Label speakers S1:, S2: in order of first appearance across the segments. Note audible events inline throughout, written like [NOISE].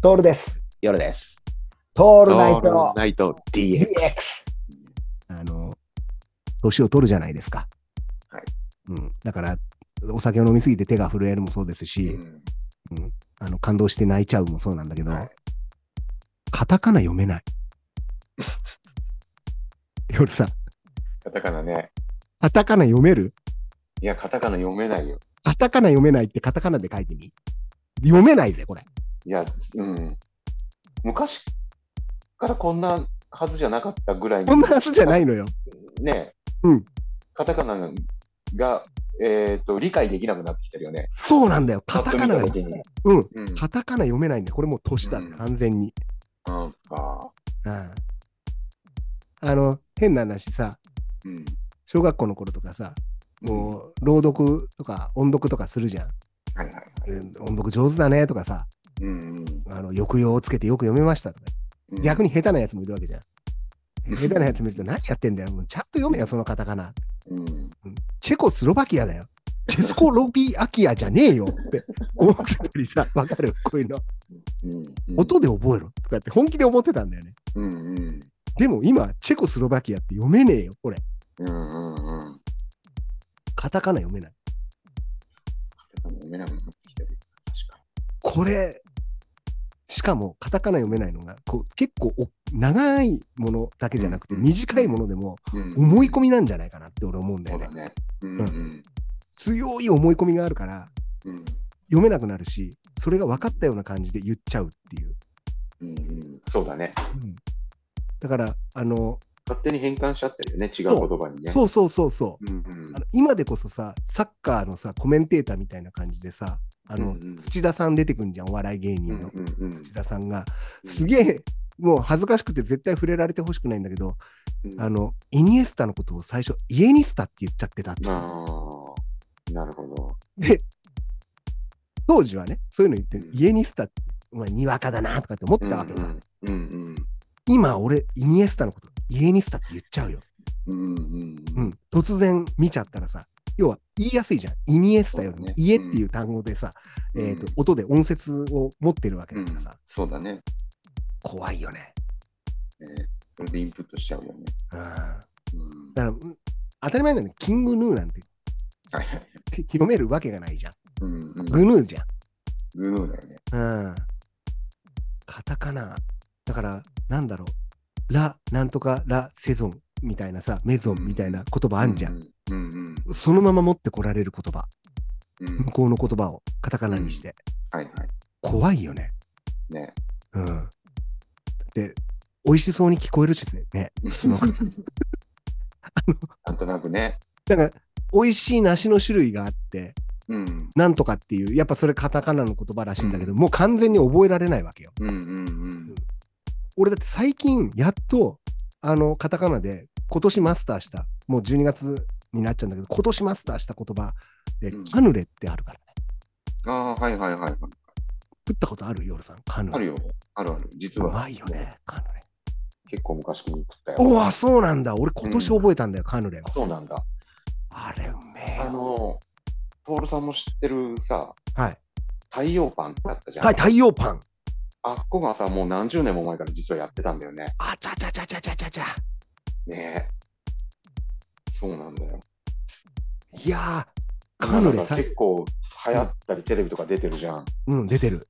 S1: トールです。
S2: 夜です。
S1: ト
S2: オ
S1: ールナイト
S2: ナイト DX。
S1: DX。あの、年を取るじゃないですか。
S2: はい。
S1: うん。だから、お酒を飲みすぎて手が震えるもそうですし、
S2: うん
S1: あの感動して泣いちゃうもそうなんだけど、
S2: はい
S1: カタカナ読めない。夜さん、
S2: カタカナね。
S1: カタカナ読める
S2: いや、カタカナ読めないよ。
S1: カタカナ読めないってカタカナで書いてみ読めないぜ、これ。
S2: いや、うん。昔からこんなはずじゃなかったぐらい
S1: こんなはずじゃないのよ。
S2: ね。
S1: うん。
S2: カタカナが、えっ、と、理解できなくなってきてるよね。
S1: そうなんだよ。カタカナ
S2: パ
S1: が
S2: ッと見た。時に
S1: うん。
S2: うん。
S1: カタカナ読めないんだよ。これもう年だね、
S2: うん
S1: 完全に。
S2: なんか、
S1: うんあの、変な話さ、
S2: うん。
S1: 小学校の頃とかさ、もう朗読とか音読とかするじゃん。
S2: はいはいはい。
S1: うん音読上手だねとかさ、
S2: うん
S1: あの抑揚をつけてよく読めましたとか。
S2: うん。
S1: 逆
S2: に。
S1: に下手なやつもいるわけ
S2: [LAUGHS]
S1: じゃん。
S2: うん
S1: 下手なやつ見ると何やってんだよ。もうちゃんと読めよ、そのカタカナ。
S2: うん。
S1: チェコスロバキアだよ。チェスコロビアキアじゃねえよ
S2: [LAUGHS]
S1: って思ってたりさ、わかるこういうの。
S2: うん。
S1: 音で覚えろとかって本気で思ってたんだよね。
S2: うんうん。
S1: でも今、チェコスロバキアって読めねえよ、これ。
S2: うんうんうん。
S1: カタカナ読めない。
S2: 読めなくなってきてる。確か
S1: これ、しかもカタカナ読めないのが、こう結構お長いものだけじゃなくて、
S2: うん
S1: 短いものでも
S2: に。
S1: 思い込みなんじゃないかなって俺思うんだ
S2: そ
S1: よ
S2: う
S1: ね
S2: だ。ね。うんうん
S1: 強い思い込みがあるから、
S2: うん
S1: 読めなくなるし、それが分かったような感じで言っちゃうっていう。
S2: うんうんそうだね。
S1: だから、あの、
S2: 勝手に変換しちゃってるよね、違う言
S1: そう
S2: 葉にね。
S1: そうそうそうそう。
S2: うんうん
S1: あの今でこそさ、サッカーのさ、コメンテーターみたいな感じでさ、あの、
S2: うんうん
S1: 土田さん出てくんじゃん、お笑い芸
S2: う
S1: 人
S2: ん
S1: の
S2: うんうん
S1: 土田さんが、すげえ、もう恥ずかしくて絶対触れられてほしくないんだけど、
S2: うん
S1: あの、イニエスタのことを最初、イエニスタって言っちゃってたっていう
S2: あーなるほど。
S1: で、当時はね、そういうの言って、
S2: うん
S1: イエニスタって、お前、にわかだなとかって思ってたわけさ。
S2: うんうん
S1: 今、俺、イニエスタのこと、イエニスタって言っちゃうよ。
S2: うんうん
S1: う
S2: うん
S1: ん。突然見ちゃったらさ、要は言いやすいじゃん。イニエスタより
S2: そう
S1: も
S2: だね、
S1: 家っていう単語でさ、
S2: うん
S1: えっと、音で音節を持ってるわけ
S2: う
S1: だか
S2: ん
S1: らさ、
S2: そうだね。
S1: 怖いよね。
S2: ねそれでインプットしちゃうよね。
S1: うん。だか
S2: うん
S1: ら、う当たり前なんだけど、キングヌーなんて
S2: はいはい。
S1: 読めるわけがないじゃん。
S2: うんうん
S1: グヌーじゃん。
S2: グヌーだよね。
S1: うん。カタカナ。だから、なんだろう。ラ、なんとかラ、セゾンみたいなさ、メゾンみたいな言葉あんじゃん。
S2: う。うんうん
S1: そのまま持ってこられる言葉。
S2: うんうん
S1: 向こうの言葉をカタカナにして。
S2: はいはい。
S1: 怖いよね。
S2: ね。
S1: うん。で、美味しそうに聞こえるしね。すごく
S2: [LAUGHS] なんとなくね。
S1: なんか、美味しい梨の種類があって、
S2: うん
S1: なんとかっていう、やっぱそれカタカナの言葉らしいんだけど、もう完全に覚えられないわけよ。
S2: うんうんうん。
S1: 俺だって最近やっとあのカタカナで今年マスターしたもう12月になっちゃうんだけど今年マスターした言葉で、
S2: うん
S1: カヌレってあるからね
S2: ああ、はいはいはいはい。
S1: 食ったことある夜さんカヌレ
S2: あるよ。あるある。実
S1: う
S2: は。
S1: まいよねカヌレ
S2: 結構昔に食ったよ。
S1: おおそうなんだ俺今年覚えたんだよ、カヌレは
S2: そうなんだ。
S1: あれうめえ
S2: あ
S1: よ
S2: の、徹さんも知ってるさ、
S1: はい
S2: 太陽パンってあったじゃん。
S1: はい太陽パン
S2: あっこがさ、もう何十年も前から実はやってたんだよね。
S1: あちゃちゃちゃちゃちゃちゃちゃ
S2: ねえ。そうなんだよ。
S1: いやーカヌ
S2: 今な
S1: レ
S2: んか
S1: さ
S2: 結構流行ったり、テレビとか出てるじゃん。
S1: うん出てる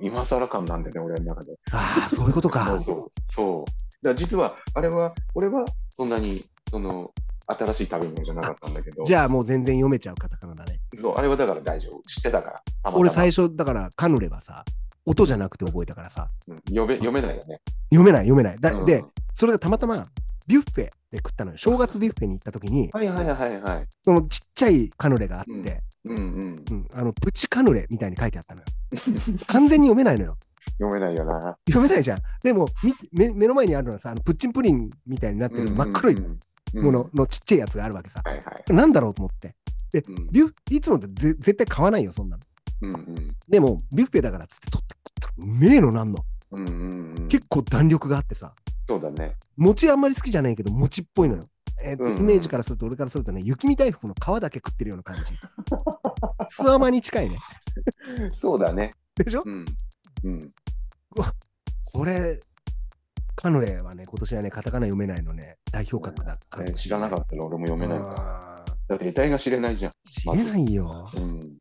S2: 今更感なんだよね、俺の中で。
S1: ああそういうこと
S2: [LAUGHS] そ
S1: か
S2: うそう。そう。だから実は、あれは、俺はそんなに、その、新しい食べ物じゃなかったんだけど、
S1: じゃあもう全然読めちゃうカタカナだね
S2: そうあれはだから大丈夫。知ってたから。たまたま
S1: 俺最初だからカヌレはさ音じゃなくて覚えたからさ
S2: うん読め読めないよね。
S1: 読めない読めないだ、
S2: うん
S1: でそれがたまたまビュッフェで食ったのよ正月ビュッフェに行った時に
S2: はいはいはいはい。
S1: そのちっちゃいカヌレがあって、
S2: うんうんうん。
S1: うんあのプチカヌレみたいに書いてあったのよ完全に読めないのよ
S2: 読めないよな。
S1: 読めないじゃんでも見て目目の前にあるのはさあのプッチンプリンみたいになってる真っ黒い
S2: も
S1: もののちっちゃいやつがあるわけさ、
S2: はいはい。
S1: なんだろうと思って
S2: うん
S1: ビュッいつもだってぜ絶対買わないよそんなの
S2: うんうん
S1: でもビュッフェだからっつって取って食ったらうめえのなんの
S2: うんうんうん。
S1: 結構弾力があってさ
S2: そうだね。
S1: 餅あんまり好きじゃないけど餅っぽいのよ。えーと
S2: うんうん
S1: イメージからすると俺からするとね雪見大福の皮だけ食ってるような
S2: [LAUGHS]
S1: 感じ。スワマに近いね。
S2: そうだね。
S1: でしょ
S2: うんうん。
S1: うわこれ、カヌレはね、今年はね、カタカナ読めないのね、代表格だ
S2: ね知らなかったら俺も読めないから。
S1: か
S2: だって得体が知れないじゃん。
S1: 知れないよ。
S2: うん。